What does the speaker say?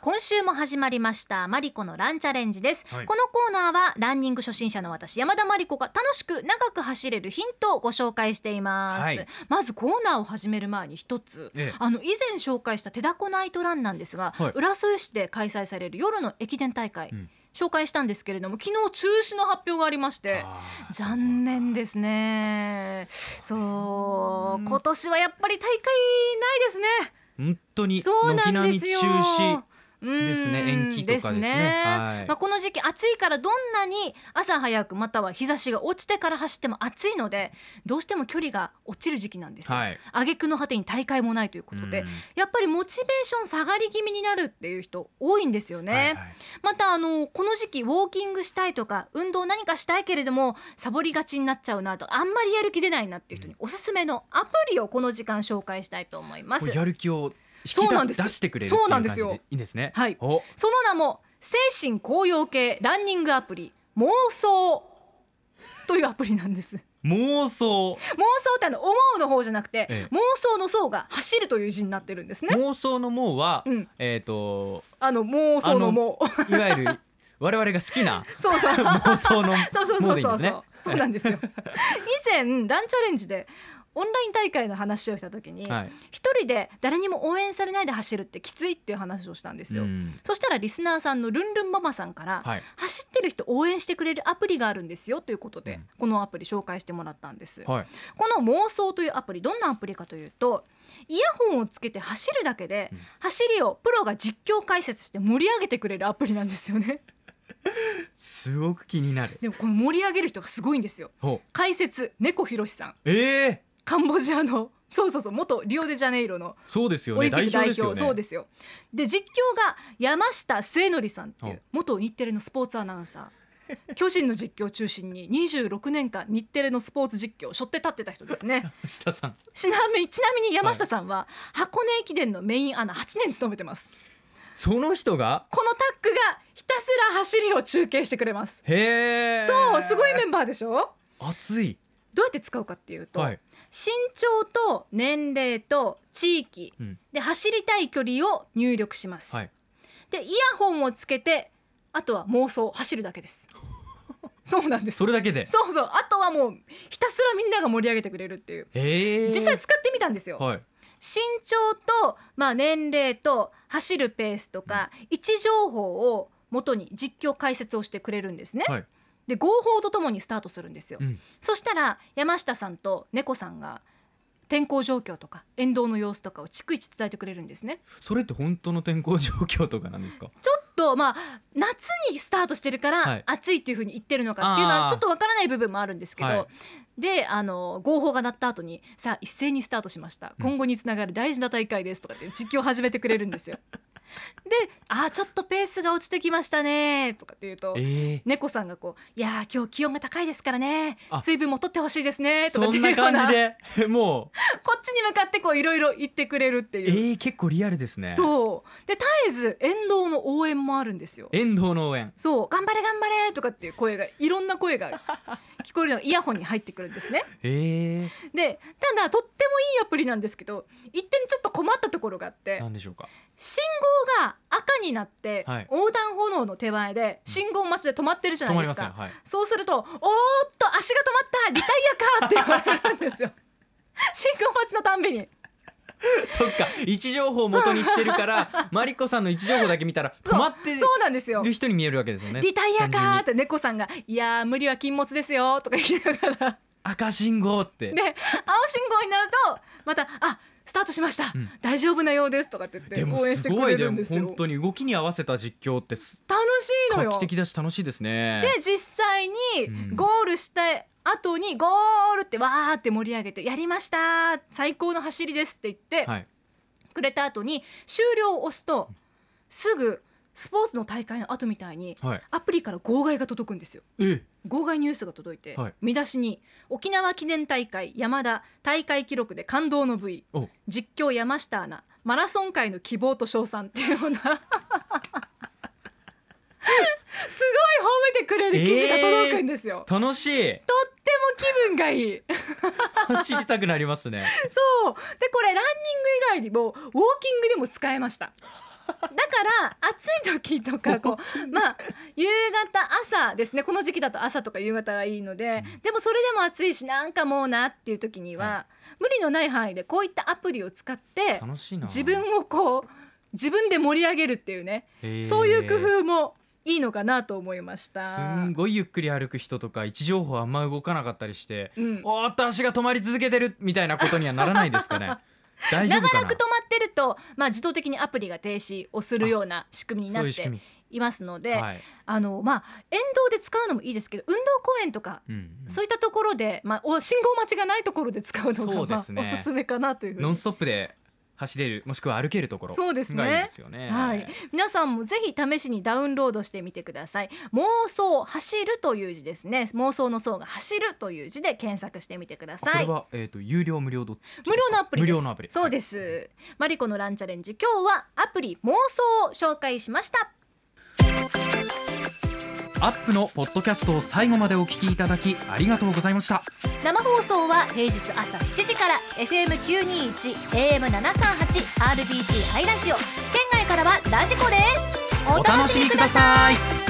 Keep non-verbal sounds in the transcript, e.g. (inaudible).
今週も始まりましたマリコのランチャレンジです、はいこのコーナーはランニング初心者の私山田マリコが楽しく長く走れるヒントをご紹介しています、はいまずコーナーを始める前に一つ、ええあの以前紹介した手だこナイトランなんですが、はい浦添市で開催される夜の駅伝大会、うん紹介したんですけれども昨日中止の発表がありましてあー残念ですね。そう、今年はやっぱり大会ないですね。本当にそう軒なん並でみす中よ。止うんですね延期とかですねはいまあこの時期暑いからどんなに朝早くまたは日差しが落ちてから走っても暑いので、どうしても距離が落ちる時期なんですよ。はい挙句の果てに大会もないということで、うんやっぱりモチベーション下がり気味になるっていう人多いんですよね。はいはいまたあのこの時期ウォーキングしたいとか運動何かしたいけれどもサボりがちになっちゃうなとあんまりやる気出ないなっていう人におすすめのアプリをこの時間紹介したいと思いまこすれやる気をそ引うきなんだで出すよしてくれるっていそううなん感でじすでよいいんですねはいおその名も精神高揚系ランニングアプリ妄想というアプリなんです (laughs) 妄妄想想ってあの思うの方じゃなくて、ええ妄想の層が走るという字になってるんですね妄想の妄はうんえっとあの妄想の妄いわゆる我々が好きな (laughs) そうそう妄想の (laughs) そうそうもそううでいいんそでうそすねう。そうなんですよ。以前ランチャレンジでオンライン大会の話をした時に、一、はい人で誰にも応援されないで走るってきついっていう話をしたんですよ。うんそしたらリスナーさんのルンルンママさんから、はい走ってる人応援してくれるアプリがあるんですよということで、うんこのアプリ紹介してもらったんです、はいこの妄想というアプリどんなアプリかというとイヤホンをつけて走るだけで、うん走りをプロが実況解説して盛り上げてくれるアプリなんですよ (laughs) ねすごく気になるでもこの盛り上げる人がすごいんですよほう解説猫ひろしさんええカンボジアのそうそうそう元リオデジャネイロのそうですよオねリンピッ代ク代表表ですよねそうですよで実況が山下末則さんっていはうい元日テレのスポーツアナウンサー巨人の実況を中心に26年間日テレのスポーツ実況を背負って立ってた人です (laughs) ね下さんちなみにちなみに山下さんは箱根駅伝のメインアナ8年務めてますその人がこのタッグがひたすら走りを中継してくれますへえそうすごいメンバーでしょ熱いどうやって使うかっていうと、はい身長と年齢と地域うんで走りたい距離を入力します、はいでイヤホンをつけてあとは妄想走るだけです (laughs) そうなんですそれだけでそうそうあとはもうひたすらみんなが盛り上げてくれるっていうへえ実際使ってみたんですよ、はい身長と、まあ、年齢と走るペースとか、位置情報を元に実況解説をしてくれるんですね、はいで合法とともにスタートするんですよ、うんそしたら山下さんと猫さんが天候状況とか沿道の様子とかを逐一伝えてくれるんですねそれって本当の天候状況とかなんですかちょっとまあ夏にスタートしてるかはらい暑いっていうふうに言ってるのかっていうのあはーちょっとわからない部分もあるんですけど、はいであの号砲が鳴った後にさあ一斉にスタートしましたうん今後につながる大事な大会ですとかって実況を始めてくれるんですよ。で「あーちょっとペースが落ちてきましたね」とかっていうと。ええ猫さんがこう「いやー今日気温が高いですからねあ水分も取ってほしいですね」とかそっていんうよなうな感じで (laughs) もこっちに向かってこういろいろ言ってくれるってういう、ええ結構リアルですねそうで絶えず沿道の応援もあるんですよ。遠藤の応援そう頑張れ頑張れとかっていう声がいろんな声 (laughs) が聞こえるのがイヤホンに入ってくるんですね。ええでただとってもいいアプリなんですけど一点ちょっと困ったところがあってなんでしょうか信号が赤になって、はい横断歩道の手前で信号待ちで止まってるじゃ止なまいでりますすか。ねはいそうすると「おーっと足が止まったリタイアか!」って言われるんです (laughs) よ。信号待ちのたんびにそっか位置情報を元にしてるからマリコさんの位置情報だけ見たら止まってそうなんですよる。人に見えるわけですよねリタイアかーっ単純にて猫さんが「いやー無理は禁物ですよ」とか言いながら赤信号ってで青信号になるとまた「あスタートしました、うん大丈夫なようです」とかって言でっても応援しすてくごいれでるんもですよ。本当に動きに合わせた実況ってす楽しいの画よ期的だし楽しいですねで実際にうんゴールして後に「ゴール!」ってわーって盛り上げて「やりましたー最高の走りです」って言ってはいくれた後に終了を押すとすぐスポーツの大会の後みたいにはいアプリから号外が届くんですよ。え号外ニュースが届いて、はい見出しに「沖縄記念大会山田大会記録で感動の部位お実況山下アナマラソン界の希望と称賛」っていうようなすごい褒めてくれる記事が届くんですよ。楽しいとっても気分がいい走りたくなりますねそうでこれランニング以外にもウォーキングでも使えましただから暑い時とかこうまあ夕方朝ですねこの時期だと朝とか夕方がいいので、でもそれでも暑いしなんかもうなっていう時には、は無理のない範囲でこういったアプリを使って楽しいな自分をこう自分で盛り上げるっていうね、そういう工夫もいいのかなと思いました。すんごいゆっくり歩く人とか位置情報あんま動かなかったりして、うんおーっと足が止まり続けてるみたいなことにはならないですかね大丈夫長からなく止まってると、まあ、自動的にアプリが停止をするような仕組みになそういっう仕て組いますのみではい、あのまあ、沿道で使うのもいいですけど運動公園とか、うんそういったところで、まあ、お信号待ちがないところで使うのが、そうでまあすねおすすめかなというふうノにンストップで走れるもしくは歩けるところそうですねがいいですよねはい、皆さんもぜひ試しにダウンロードしてみてください妄想走るという字ですね妄想の層が走るという字で検索してみてくだあこされいは、えー、と有料無料どっちですか無料のアプリです無料のアプリそうです、マリコのランチャレンジ今日はアプリ妄想を紹介しましたアップのポッドキャストを最後までお聞きいただきありがとうございました生放送は平日朝7時から FM921 AM738 RBC ハイラジオ県外からはラジコでお楽しみください